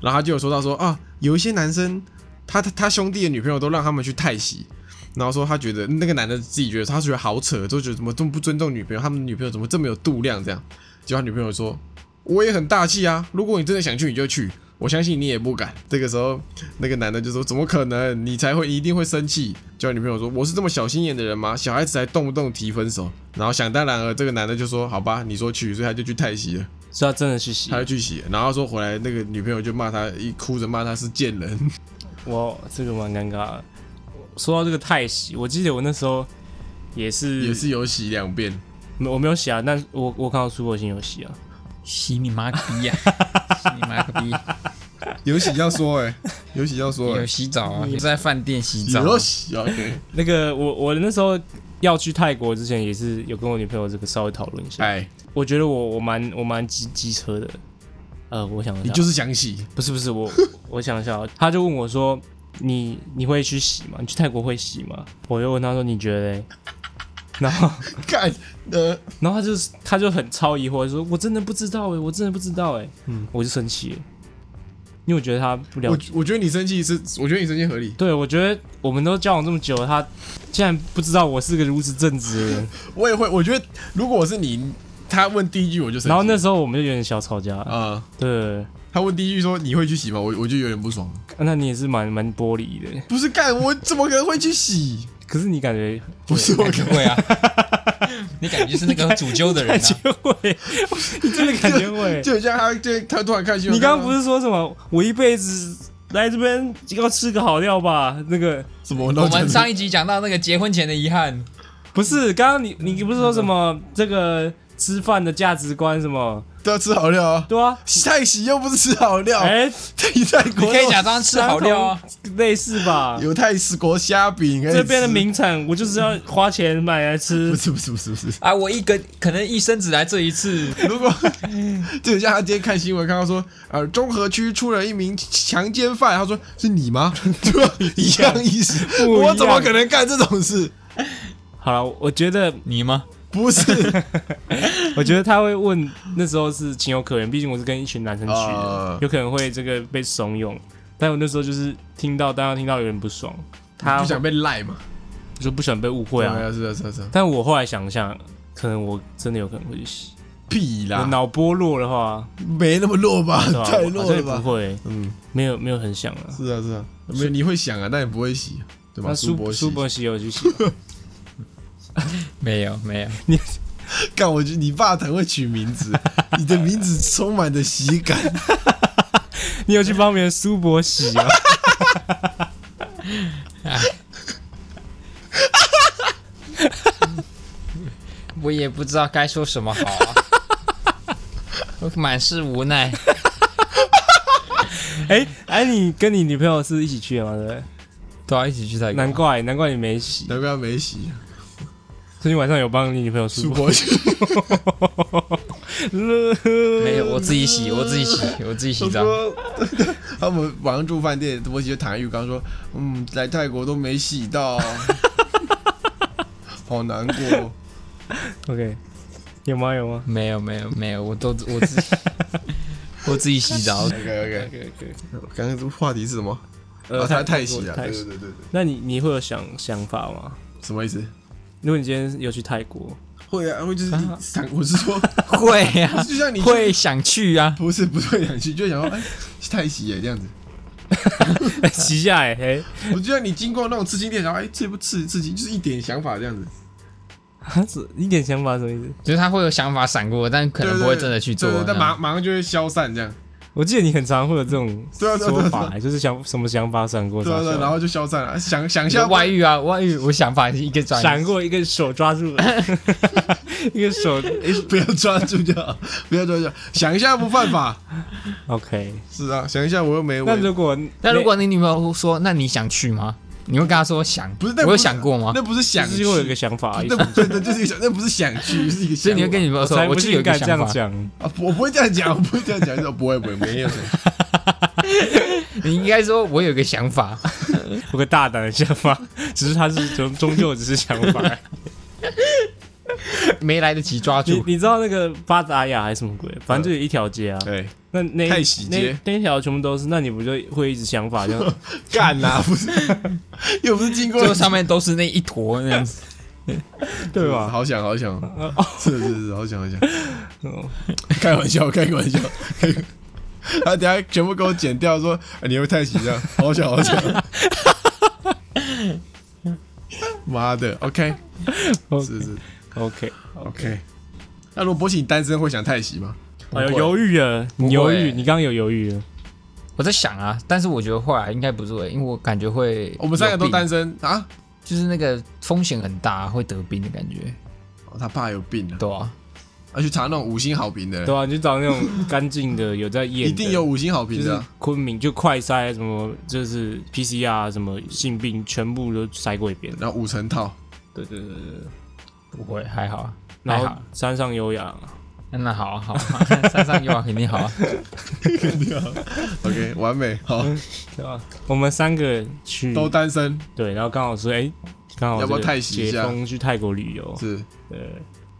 然后他就有说到说啊，有一些男生他他他兄弟的女朋友都让他们去泰洗。然后说他觉得那个男的自己觉得他觉得好扯，就觉得怎么这么不尊重女朋友，他们女朋友怎么这么有度量这样？结果他女朋友说：“我也很大气啊，如果你真的想去你就去，我相信你也不敢。”这个时候，那个男的就说：“怎么可能？你才会一定会生气。”叫女朋友说：“我是这么小心眼的人吗？小孩子才动不动提分手。”然后想当然了，这个男的就说：“好吧，你说去。”所以他就去泰西了，
是她真的去洗
他，就去洗了。然后说回来，那个女朋友就骂他，一哭着骂他是贱人。
哇，这个蛮尴尬的。说到这个泰洗，我记得我那时候也是
也是有洗两遍，
没我没有洗啊，但是我我看到出国新有洗啊，
洗你妈个逼 呀！啊洗你妈个逼！
有洗要说哎、有洗要说哎、
有洗澡啊，你在饭店洗澡啊
有，洗啊，对
那个我我那时候要去泰国之前，也是有跟我女朋友这个稍微讨论一下。
哎，
我觉得我我蛮我蛮机机车的，呃，我想一
你
下，
就是想洗，
不是不是我 我想一下哦，他就问我说你你会去洗吗？你去泰国会洗吗？我就问他说你觉得嘞？然后
干呃。
然后他就是他就很超疑惑说我真的不知道哎、我真的不知道哎、嗯，我就生气了，因为我觉得他不了
我
解。
我觉得你生气是，我觉得你生气合理。
对，我觉得我们都交往这么久了，他竟然不知道我是个如此 正直的人。
我也会，我觉得如果我是你，他问第一句我就生气。
然后那时候我们就有点小吵架。
啊、
对，
他问第一句说你会去洗吗？我我就有点不爽。
那你也是蛮蛮玻璃的，
不是干，我怎么可能会去洗？
可是你感 觉
不是我可
会啊，你感觉是那个主揪的人
感觉
啊，
会， 你真的感觉会。
就很像他，就他突然看新闻，
你刚刚不是说什么？我一辈子来这边要吃个好料吧？那个
什么？
我们上一集讲到那个结婚前的遗憾，
不是，刚刚你你不是说什么这个吃饭的价值观什么？
都要吃好料啊，
对啊，
洗太洗又不是吃好料，
哎、
你泰
你
国
可以假装吃好料啊，
类似吧？
有泰国虾饼，可以
这边的
吃
名产，我就是要花钱买来吃
不。是不是不是不是，
啊，我一个可能一生只来这一次，
如果就很像他今天看新闻看到说，呃，中和区出了一名强奸犯，他说是 你吗？对吧？一样意思，
不一样
我怎么可能干这种事？
好了，我觉得
你吗？
不是
我觉得他会问，那时候是情有可原，毕竟我是跟一群男生去
啊
的，有可能会这个被怂恿。但我那时候就是听到，当然听到有人不爽， 他
不想被赖嘛？
就不喜欢被误会啊。
啊，是啊是啊是啊，
但我后来想一想，可能我真的有可能会去洗。
屁
我
啦，
脑波弱的话，
没那么弱吧？
对吧？
啊 太
我
弱
好像也不
了吧？
会，
嗯，
没有没有很想啊。
是啊是啊，没有你会想啊，但也不会洗，对吧？
那
苏
苏
博
苏
洗，
博西有去洗吗，
没有没有，
干，我觉得你爸很会取名字，你的名字充满着喜感。
你有去帮别人苏博洗啊？
我也不知道该说什么好啊， 我满是无奈。
哎、哎，你跟你女朋友是一起去的吗？对不对？
都要一起去泰
难怪难怪你没洗，
难怪没洗，
所以晚上有帮你女朋友
苏
苏 博。
博去，
没有，我自己洗，我自己洗，我自己洗
他
澡。
说他们晚上住饭店，波奇就躺在浴缸说：“嗯，来泰国都没洗到，好难过。
OK，有吗？有吗？
没有，没有，没有，我都我自 己，我自己洗澡。”
OK OK，
对对，
刚刚这个话题是什么？
呃
哦，他太洗了，
泰
对
国
对对对对，
那你你会有想想法吗？
什么意思？
如果你今天有去泰国，
会啊，会就是想，我是说，
会呀、
就像你去
会想去啊。
不是不会想去，就想说哎，太洗耶这样子。
洗下哎来， 嘿，
我就像你经过那种刺青店，然后哎，刺不刺刺激，就是一点想法这样子，
啊这一点想法什么意思？
就是他会有想法闪过，但可能不会真的去做。啊
对对对
这
但
样
马马上就会消散这样。
我记得你很常会有这种
对啊对啊对啊
说法，哎就是想什么想法闪过，
对啊
啥
对啊，
小
然后就消散了。想想一
就
下
外遇啊，外遇，我想法是一个转移
闪过一个手抓住了， 一个手
不要抓住就好， 不要抓住就好，想一下不犯法。
OK。
是啊，想一下我又没
那
问，
如果
那如果你女朋友说，那你想去吗？你会跟她说想，
不是那
我
不
有
是
想过吗？
那不是想
想
去，
是会有一个想法，
那不对，那就是一个想，那不是想去，是一个
所以
想
你
法。
会跟你女朋友
我
说，
才
我
不
就有
信
一个
敢这
想
样
法，
讲。
啊，不我不会这样讲，我不会这样讲， 就是不会不会没有想法。
你应该说我有一个想法，
有个大胆的想法，只是他是终终究只是想法。
没来得及抓
你
住。
你知道那个巴达雅还是什么鬼？反正就有一条街啊。
对，
那那一
太喜街
那那一条全部都是，那你不就会一直想法这样？
干啦，不是， 又不是经过
就上面都是那一坨那样子，
对吧？
嗯好想好想，是是是，好想好想。
嗯
开玩笑，开个玩笑， 开个。他等下全部给我剪掉，说、啊你会太紧张，好想好想。妈的，OK，是是
OK，
OK。那如果博喜你单身会想太喜吗？
哎呦，
不会
犹豫了，你
会
犹豫，你刚刚有犹豫了。
我在想啊，但是我觉得后来应该不是、欸，因为我感觉会
我们三个
有
都
病
单身啊、
就是那个风险很大，会得病的感觉，
哦他爸有病啊，
对啊，
要去查那种五星好评的，
对啊，你就找那种干净的，有在验的，
一定有五星好
就
评的
是
啊、
昆明就快筛什么，就是 PCR 什么性病全部都筛过一遍。
然后五成套，
对对对对，对
不会还好啊，
然
还
后
好，
山上优雅，
那好啊好 啊，山上有啊肯定好 啊，
肯定啊 OK，完美，好，
对吧？我们三个去
都单身
对，然后刚好是哎，刚好
要不要
这个
泰洗一
解
下
封去泰国旅游，
是。
对，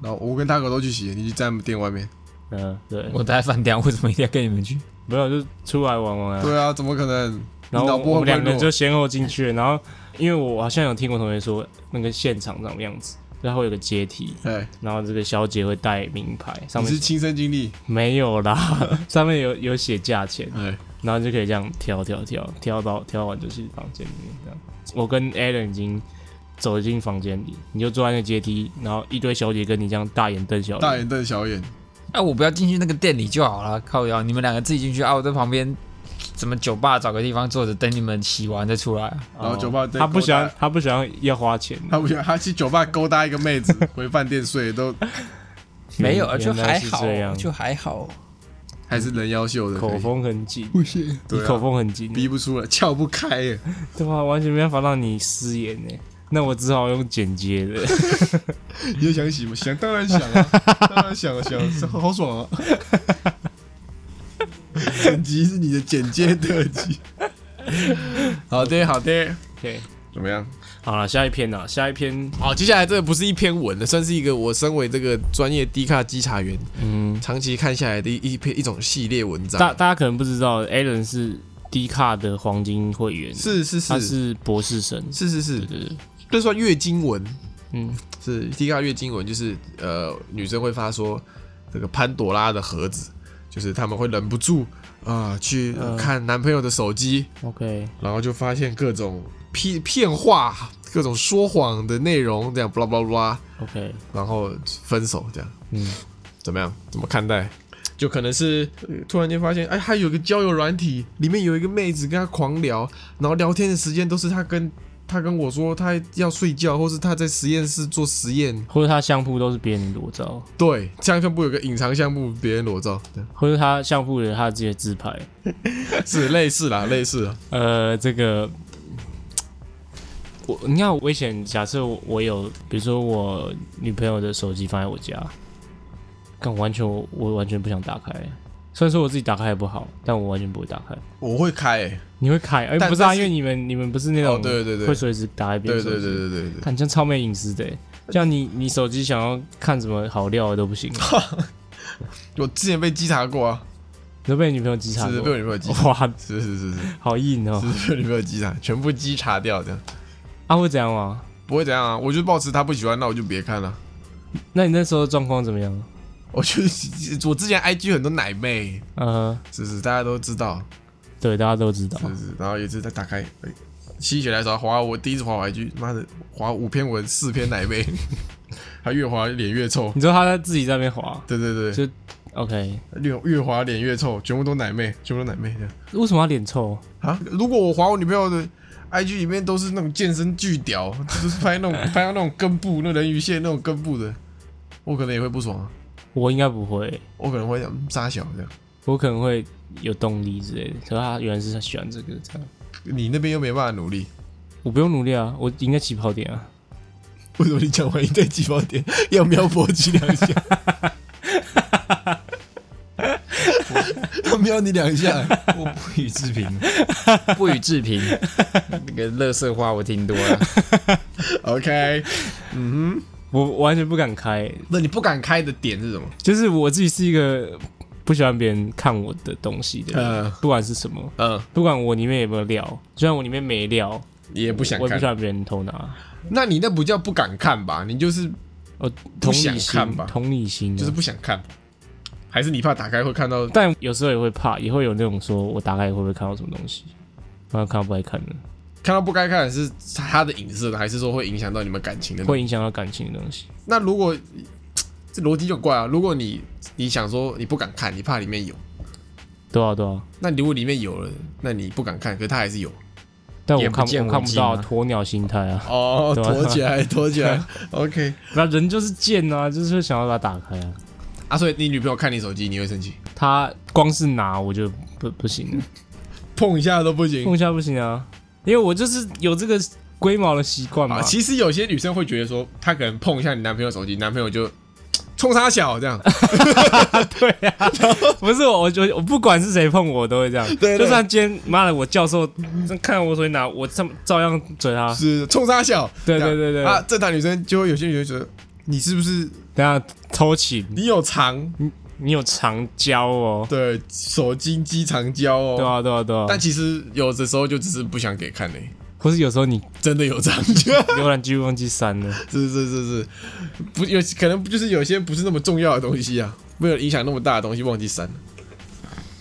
然后我跟大狗都去洗，你去在他们店外面。
嗯对，
我待在饭店，为什么一定要跟你们去？
没有就出来玩玩啊。
对啊，怎么可能？
然后
你脑波
我们
会不会
两个人
弱
就先后进去了，然后因为我好像有听过同学说那个现场长什么样子，然后有个阶梯，
哎，
然后这个小姐会带名牌，上
你
面
是亲身经历，
没有啦， 上面有有写价钱，
哎，
然后就可以这样挑挑挑挑到挑完就去房间里面这样。我跟 Alan 已经走进房间里，你就坐在那阶梯，然后一堆小姐跟你这样大眼瞪小
大
眼，
眼瞪小眼，
哎、我不要进去那个店里就好了，靠腰，你们两个自己进去啊，我在旁边什么酒吧找个地方坐着，等你们洗完再出来啊。
然
然后酒吧
哦他不喜欢
勾搭
他不喜欢要花钱，
他不想他去酒吧勾搭一个妹子，回饭店睡都
没有，
原
就还
原来是这
好，
样
就还好。
还是人妖秀的，
口风很紧，
不是，
你
对
口
啊，
风很紧，
逼不出来，撬不开耶。
对啊，完全没办法让你失言呢。那我只好用剪接的，
你就想洗吗？想，当然想啊，当然想啊，想，好爽啊！剪辑是你的剪接特辑，好的，好的，
OK，
怎么样？
好了，下一篇啦，下一篇，
好，接下来这个不是一篇文的，算是一个我身为这个专业低卡稽查员
嗯，
长期看下来的一一篇一种系列文
大
章。
大家可能不知道，Alan 是 D 卡的黄金会员，
是是
他
是
是博士生，
是是是
对，对对，
这算月经文，
嗯，
是低卡月经文，就是呃女生会发说这个潘朵拉的盒子，就是他们会忍不住啊、去
嗯
看男朋友的手机，
OK，
然后就发现各种骗骗话各种说谎的内容，这样 blah blah blah，
OK，
然后分手这样，
嗯，
怎么样？怎么看待？就可能是、呃突然间发现，哎，他有一个交友软体，里面有一个妹子跟他狂聊，然后聊天的时间都是他跟他跟我说他要睡觉，或是他在实验室做实验。
或者他相扑都是别人裸照，
对，相相部有个隐藏项目，别人裸照，对，
或者他相扑有他自己的自拍。
是类似啦，类似啦。
呃，这个我你看，我以前假设我我有，比如说我女朋友的手机放在我家，但完全我我完全不想打开。虽然说我自己打开也不好，但我完全不会打开。
我会开、欸，
你会开？哎、
但
不是啊，
但
因
是
为你们你们不是那种、
哦对对对
会随时打开别
对
人手
对
机。
对对对对，
看这样超没隐私的欸，像你你手机想要看什么好料的都不 行，
我之前被稽查过 啊，
都被女朋友稽查
是是被
过
我。女朋友稽查，哦
哇，
是是是是
好硬哦！
是被我女朋友稽查，全部稽查掉这样，
啊，会怎样吗？
不会怎样啊，我就保持他不喜欢，那我就别看了。
那你那时候状况怎么样？
我就是我之前 IG 很多奶妹，
呃，
是是，大家都知道，
对，大家都知道
是，是。然后有一次他打开，哎心血来潮划我第一次划我 IG，妈的，划五篇文四篇奶妹， 他越划脸越臭，
你知道他在自己在那边滑
对对
就
对，
，OK？
越越划脸越臭，全部都奶妹，全部都奶妹这样
为什么要脸臭？
啊！如果我划我女朋友的 IG 里面都是那种健身巨屌，就是拍那种拍到那种根部，那人鱼线那种根部的，我可能也会不爽啊，
我应该不会，
我可能会想嗯傻小这样。
我可能会有动力之类的。可是他原来是他喜欢这个，这样
你那边又没办法努力，
我不用努力啊，我赢在起跑点啊。
为什么你讲完一堆起跑点要瞄搏击两下？ 我瞄你两下，
我不予置评，不予置评。那个乐色话我听多了，
OK？
我完全不敢开，
那你不敢开的点是什么？
就是我自己是一个不喜欢别人看我的东西的人，
呃
不管是什么。
嗯，
不管我里面有没有料，虽然我里面没料，
也不想
我也不
看
喜。欢别人偷拿。
那你那不叫不敢看吧？你就是
我
不
同
想
理
看
心
吧，
同理心啊、
就是不想看，还是你怕打开会看到？
但有时候也会怕，也会有那种说我打开会不会看到什么东西，然后看到不爱看的，
看到不该看的是他的影射的，还是说会影响到你们感情的？
会。影响到感情的东西。
那如果这逻辑就怪啊，如果你你想说你不敢看，你怕里面有，
对啊，对啊。
那如果里面有了，那你不敢看，可是他还是有。
但我
眼
看
不见
我看
为
不
净
到
嘛
鸵鸟心态啊，
哦，
对啊
躲起来，躲 起来。OK
那人就是贱啊，就是会想要把它打开啊。
啊，所以你女朋友看你手机，你会生气，
他光是拿我就不不行了，
碰一下都不行
碰一下不行啊，因为我就是有这个龟毛的习惯嘛
啊。。其实有些女生会觉得说，她可能碰一下你男朋友手机，男朋友就冲她小这样。
对啊， 不是我，我就我不管是谁碰我，我都会这样。
对对
就算今天妈的我教授看我手机拿，我照照样嘴他。
是冲他笑，
对
这样
对对对
啊，正常女生就会有些女生觉得你是不是
等一下偷情，
你有藏
你有长焦哦？
对手筋肌长胶哦，
对啊对啊对啊。
但其实有的时候就只是不想给看嘞、
或是有时候你
真的有长胶，
浏览记录忘记删了，
是是是是，不有可能就是有些不是那么重要的东西啊，没有影响那么大的东西忘记删了，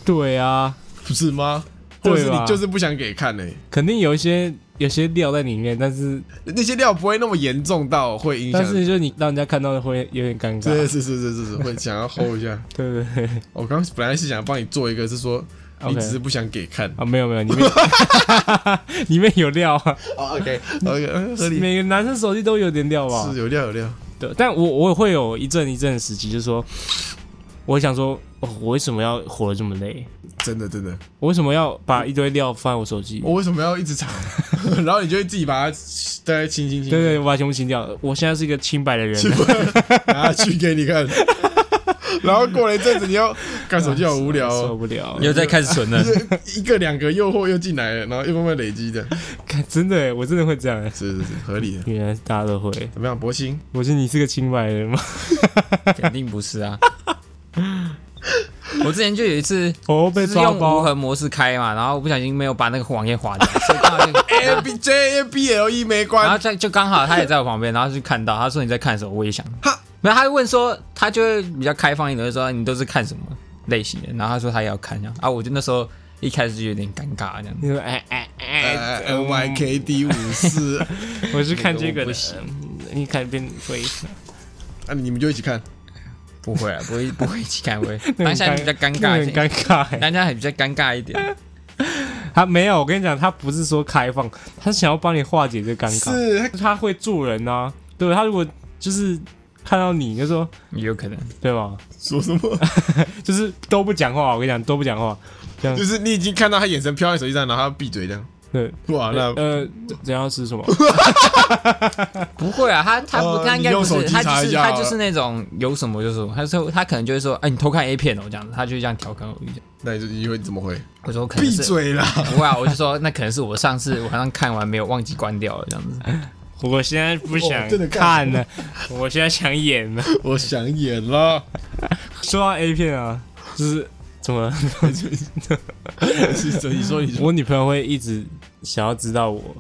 对啊，
不是吗？
对
或
吧
者是你就是不想给看嘞、
肯定有一些有些料在里面，但是
那些料不会那么严重到会影响
但，是就是你让人家看到会有点尴尬，
是
对
是是是是是会想要 hold 一下。
对对
我刚本来是想帮你做一个，是说你
OK
只是不想给 看。哦
啊没有没有，里面里面 有料啊，
o k OK，合哦理。
每个男生手机都有啊点料吧？
是有料有料，
对，但我我会有一阵一阵的时期，就是说，我想说，哦，我为什么要活得这么累？
真的真的。
我为什么要把一堆料放在我手机？
我为什么要一直藏？ 然后你就会自己把它大概清清清，
对对，我把它全部清掉。我现在是一个清白的 人，
拿去给你看。然后过了一阵子，你要看手机好无聊、
受
哦，
不了。
又在开始存了。
一个两个诱惑又进来了，然后又慢慢累积的，
看， 真的耶，我真的会这样耶。
是是是合理的。
原来大家都会。
怎么样，博鑫？
我是你是个清白的人吗？
肯定不是啊。 我之前就有一次
哦，被
是
抓
用无
包。
痕模式开嘛，然后不小心没有把那个网页划掉，所以刚好就
A B J A B L E 没
然后
关，
就就刚好他也在我旁边，然后就看到他说你在看什么，我也想
哈，
没有他就问说他就会比较开放一点，就说你都是看什么类型的，然后他说他也要看这样啊，我就那时候一开始就有点尴尬这样。
你说哎哎哎
呃 NYKD 五 四，
我是看这
那个
个
我不
的
行，
你看变会
啊，你们就一起看。
不会啊，不会不会一起看，不会
那
当
很
下比较尴尬一
很尴
点，
尬欸。
当下还比较尴尬一点。
他没有，我跟你讲，他不是说开放，他是想要帮你化解这尴尬。
是，他
他会做人啊，对吧？他如果就是看到你就说，
也有可能，
对吧？
说什么？
就是都不讲话，我跟你讲都不讲话，这样
就是你已经看到他眼神飘在手机上，然后他闭嘴这样。
对。
哇，那
呃，怎怎样是什么？
不会啊，他他不，
呃
他应该不
你用
是，
手机
他
查
就
一
是
下啊
他就是那种有什么就是什么，他说他可能就会说，哎，你偷看 A 片哦这样子，他就这样调侃我一下。
那你就你会怎么回？
我说可能
闭
是
嘴 啦！
不会啊，我就说那可能是我上次晚上看完没有忘记关掉了这样子。
我现在不想
哦真的干
看了，我现在想演了。
我想演了，
说到 A 片啊，就是怎么了？
是你说你说，
我女朋友会一直想要知道我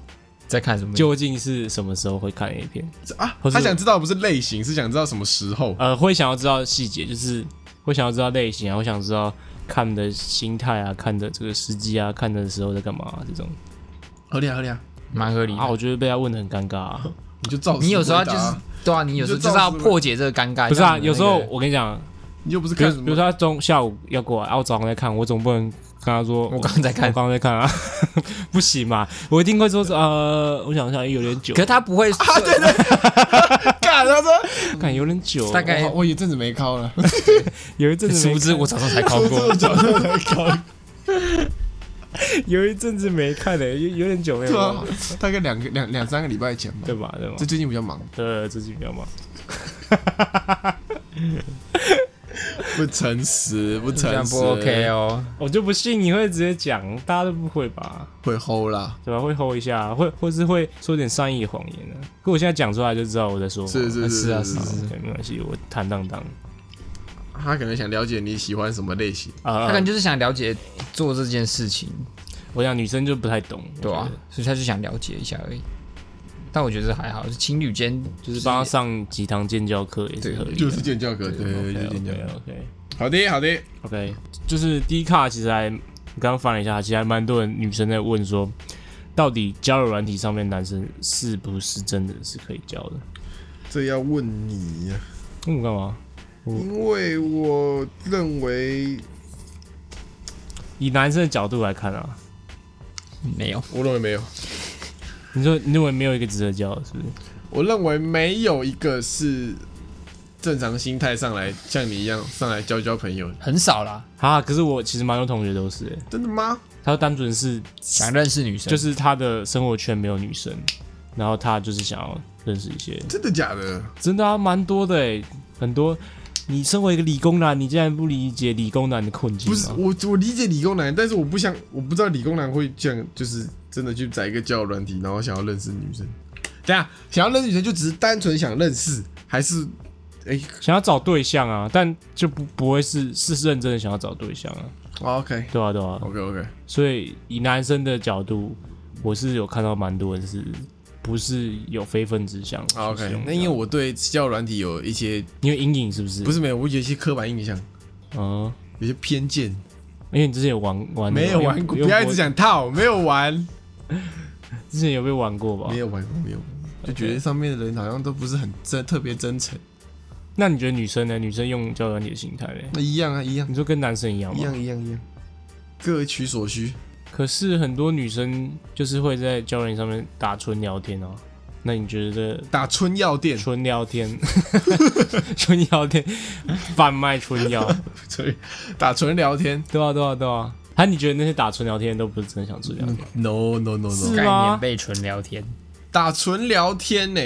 在看什么？
究竟是什么时候会看 A 片，
啊
或，是
他想知道不是类型，是想知道什么时候。
呃，会想要知道细节，就是会想要知道类型啊，会想知道看的心态啊，看的这个时机啊，看的时候在干嘛啊、这种
合理啊，合理啊，
蛮合理
啊，
的。
我觉得被他问的很尴尬、啊。
你就照实
你有时候
回
就
答
是
啊
对啊，你有时候
你
就
就是照
要
实回答
破解这个尴尬。
不是啊，
像你
有时候
那个
我跟你讲，
你又不是
比如
看什
比如
么
说他中下午要过来，啊，我早上在看，我总不能跟他说
我刚刚在看
我刚刚在看啊， 不行嘛，我一定会说呃，我想一下，有点久
可，是他不 会啊，对对，
干，他说
看有点久，
大概
我我一阵子没考了，
有一阵子
殊
没
不知
看
我早上才考过。
有一阵子没看了，欸有有点久没有
对
看
啊
了，
大概两个两两三个礼拜前吧
对。吧？对吧
这？最近比较忙，
呃，最近比较忙，
不诚实，不
这
诚
样
实，
不 OK 哦，
嗯
我就不信你会直接讲，大家都不会吧？
会齁啦，
对吧？会 hold 一下，啊会或是会说点善意的谎言呢、啊可我现在讲出来就知道我在说谎。
是是
是啊是啊
是，
对，没关系，我坦荡荡。
他可能想了解你喜欢什么类型，
啊、
他可能就是想了解做这件事情，
我想女生就不太懂，
对
我
啊
觉得，
所以他就想了解一下而已。但我觉得还好，是情侣间就
就是是帮她上几堂建教课也是合理的。
就是建教课，对对，就是建教
OK OK
课。好的，好的，
OK，就是低卡其实还我刚刚翻了一下，其实还蛮多人女生在问说，到底交友软体上面男生是不是真的是可以交的？
这要问你呀、啊
问我干嘛？
因为我认为，
以男生的角度来看啊，
没有。
我认为没有，
你说你认为没有一个值得交的，是不是？
我认为没有一个是正常心态上来像你一样上来交交朋友的，
很少啦，
啊，可是我其实蛮多同学都是、欸，
真的吗？
他单纯是
想认识女生，
就是他的生活圈没有女生，然后他就是想要认识一些，
真的假的？
真的啊，蛮多的、欸，很多。你身为一个理工男，你竟然不理解理工男的困境
不
吗？
是我，我理解理工男，但是我不想，我不知道理工男会这样，就是真的去载一个交友软体，然后想要认识女生。等一下，想要认识女生就只是单纯想认识，还是哎、
想要找对象啊，但就不不会是是认真的想要找对象啊，
o k
对啊对啊。
哦 OK OK，
所以以男生的角度，我是有看到蛮多人是不是有非分之想去
好啊 OK，
使用
那因为我对交友软体有一些
因为阴影是不是？
不是没有，我有一些刻板印象，
嗯，
有些偏见，
因为你之前有玩玩
没啊有玩过，不要一直，讲套，没有玩，
之前有被玩过吧
没？有玩过，没有玩过，就觉得上面的人好像都不是很真，特别真诚。
那你觉得女生呢？女生用交友软体的心态嘞？
那一样啊，一样，
你说跟男生一样
一
吗？
样，一样，一样，各取所需。
可是很多女生就是会在交友软体上面打纯聊天哦、那你觉得
打春药店，
纯聊 天，纯聊天，贩卖纯药，
所以打纯聊天。
对啊，对啊，对啊。还、你觉得那些打纯聊天的都不是真的想纯聊
嗯
天？
No no no
是
概
吗嗯
念被纯聊天，
打纯聊天呢、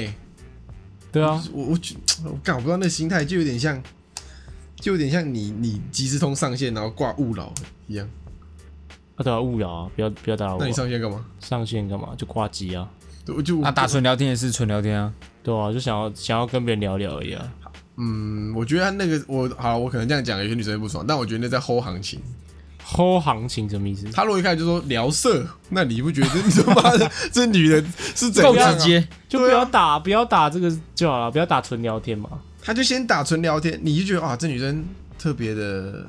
对啊，
我我觉我感不到那心态，就有点像，就有点像你你即时通上线然后挂勿扰一样。
啊对啊，勿扰啊，不要不要打扰我
那你
啊。
上线干嘛？
上线干嘛？就挂机啊，
对我就
那打纯聊天也是纯聊天啊，
对啊，就想要想要跟别人聊聊而已啊。
嗯，我觉得他那个我好，我可能这样讲，有些女生会不爽，但我觉得那在齁行情。
齁行情什么意思？
他如果一开始就说聊色，那你不觉得这 他妈的这女人是怎样、啊？
接。
就不要打，不要打这个就好了，不要打纯聊天嘛。
他就先打纯聊天，你就觉得啊，这女生特别的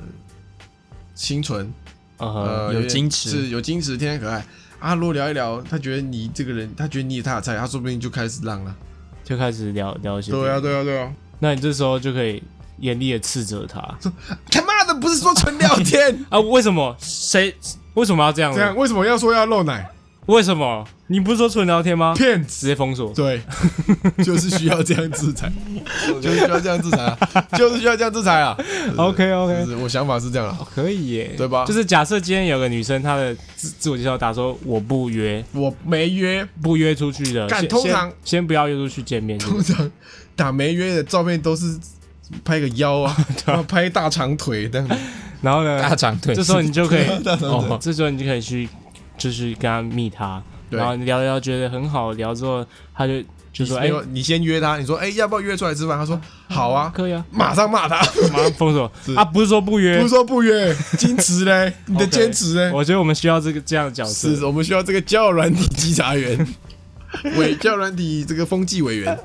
清纯，
呃，
呃，
有
点
矜持
是有矜持，天天可爱。啊，如果聊一聊，他觉得你这个人，他觉得你也他的菜，他说不定就开始浪了。
就开始聊聊一些。
对啊，，对啊，对啊。
那你这时候就可以严厉的斥责他
他妈的，不是说纯聊天，
啊！为什么？谁？为什么要这样呢？
这样为什么要说要露奶？
为什么？你不是说纯聊天吗？
骗子！
直接封 锁。
对，就是需要这样制裁，就是需要这样制裁啊，就是需要这样制裁啊。
OK
是
OK，
是，我想法是这样啊，
哦可以耶，
对吧
就是假设今天有个女生，她的自自我介绍打说我不约，
我没约，
不约出去的，
干
先
通常
先先不要约出去见面，
通常打没约的照片都是拍个腰啊，然后拍大长腿这样子。
然后呢
大，长 腿，
这时候你就可以，
大长腿
哦，这时候你就可以去，就是跟她密她，
对
然后你聊聊觉得很好聊之后，她就就说
没
哎，
有，你先约他，你说哎、要不要约出来吃饭？他说好啊，
可以啊，
马上骂他，
马上封锁
是
啊，不是说不约
不是，说不约，矜持 嘞，你的
OK
坚持嘞，
我觉得我们需要这个这样的角色，
是我们需要这个教软体稽查 员，委教软体这个风纪委 员，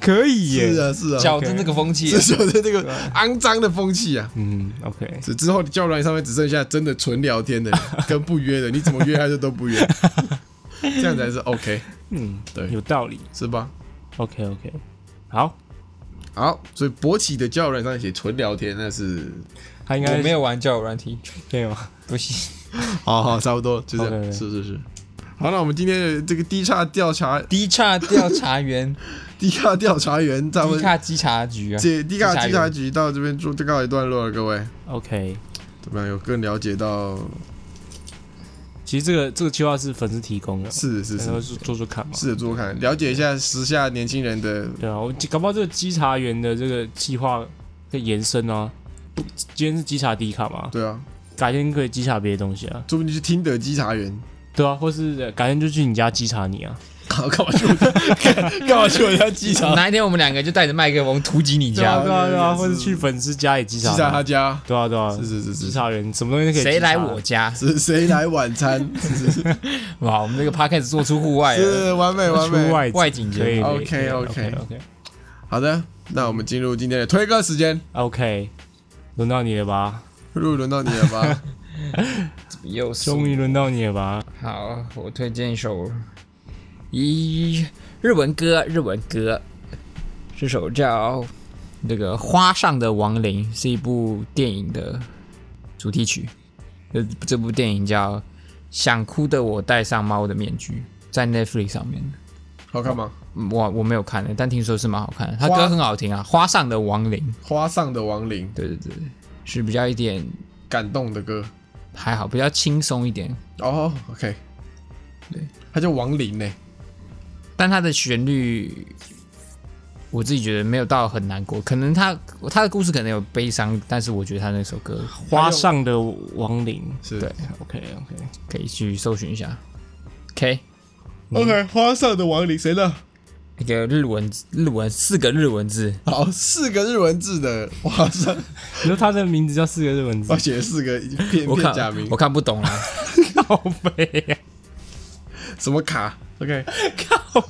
可以
是
耶，
啊是啊，
矫正这个风气
这， 就是这 个肮脏的风气啊。
嗯，OK，
是之后教软体上面只剩下真的纯聊天的跟不约的，你怎么约他就都 不约，这样才是 OK
嗯，
对
有道理
是吧？
，OK OK，好，
好，所以勃起的教软上写纯聊天，那是
他应
我
该
没有玩交友软体，
没有。
不 行。
好好差不多就这样
OK，OK
是是是。好，那我们今天的这个低差调查
低差调 查员，
低卡调查员，咱
低
们
差稽查 局啊，
这低卡
稽查员
稽查局到这边就就告一段落了，各位
OK，
怎么样？有更了解到？
其实这个这个计划是粉丝提供的，
是是
然
是
后是做做看嘛。
试着做看，了解一下时下年轻人的
对啊，我搞不好这个稽查员的这个计划可以延伸啊。不，今天是稽查迪卡嘛，
对啊，
改天可以稽查别的东西啊。
说不定去听的稽查员。
对啊，或是呃改天就去你家稽查你啊。
好，干嘛去我家？干干嘛啊去我家稽 查？
哪一天我们两个就带着麦克风突击 你
对啊，
家，
对啊，对啊，或
是
是去粉丝家里稽
稽
查。
查 他家？
对啊，对啊，
是是是
稽
是，
查员什么东西都可以稽查。啊
谁来我家？
是谁来 晚餐？是是是
哇，我们这个 p 开始做出户外了，
是，完美完
哎出
美。
外景哎
外景节
可以
目。
OK，
可以
OK
OK
好的，那我们进入今天的推歌时间，
OK，轮到你了吧？
又轮到你了 吧？
又是
终于轮到你了吧？
好，我推荐一首一日文歌，日文歌，这首叫那个《花上的亡灵》，是一部电影的主题曲。这这部电影叫《想哭的我戴上猫的面具》，在 Netflix 上面。
好看吗？
嗯我我没有看但听说是蛮好看的。它
花
歌很好听啊，《花上的亡灵》。
花上的亡灵，
对对对，对是比较一点
感动的歌。
还好，比较轻松一点，
哦，OK，哎
对，
他叫亡灵呢。
但它的旋律，我自己觉得没有到很难过，可能他他的故事可能有悲伤，但是我觉得他那首歌
花上的亡灵。
是
对
OK OK，
可以去搜寻一下。OK，
OK，花上的亡灵谁呢？
那个日文日文四个日文字，
好，四个日文字的花 上，
你说他的名字叫四个日文 字
我，写了四个片
我
片
看
假名
我，看不懂啦。
靠背呀、
什么卡？OK，
好，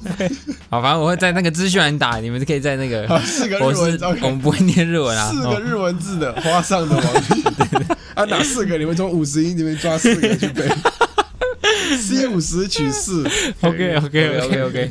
反正我会在那个资讯栏打，你们可以在那个
好，四个日
我
文
是
字
我
，OK，
们不会念日文啊。
四
哦
个日文字的花上的亡灵。 啊，哪四个？你们从五十音里面抓四个去 背。C 五十取四。
OK OK OK，
OK OK，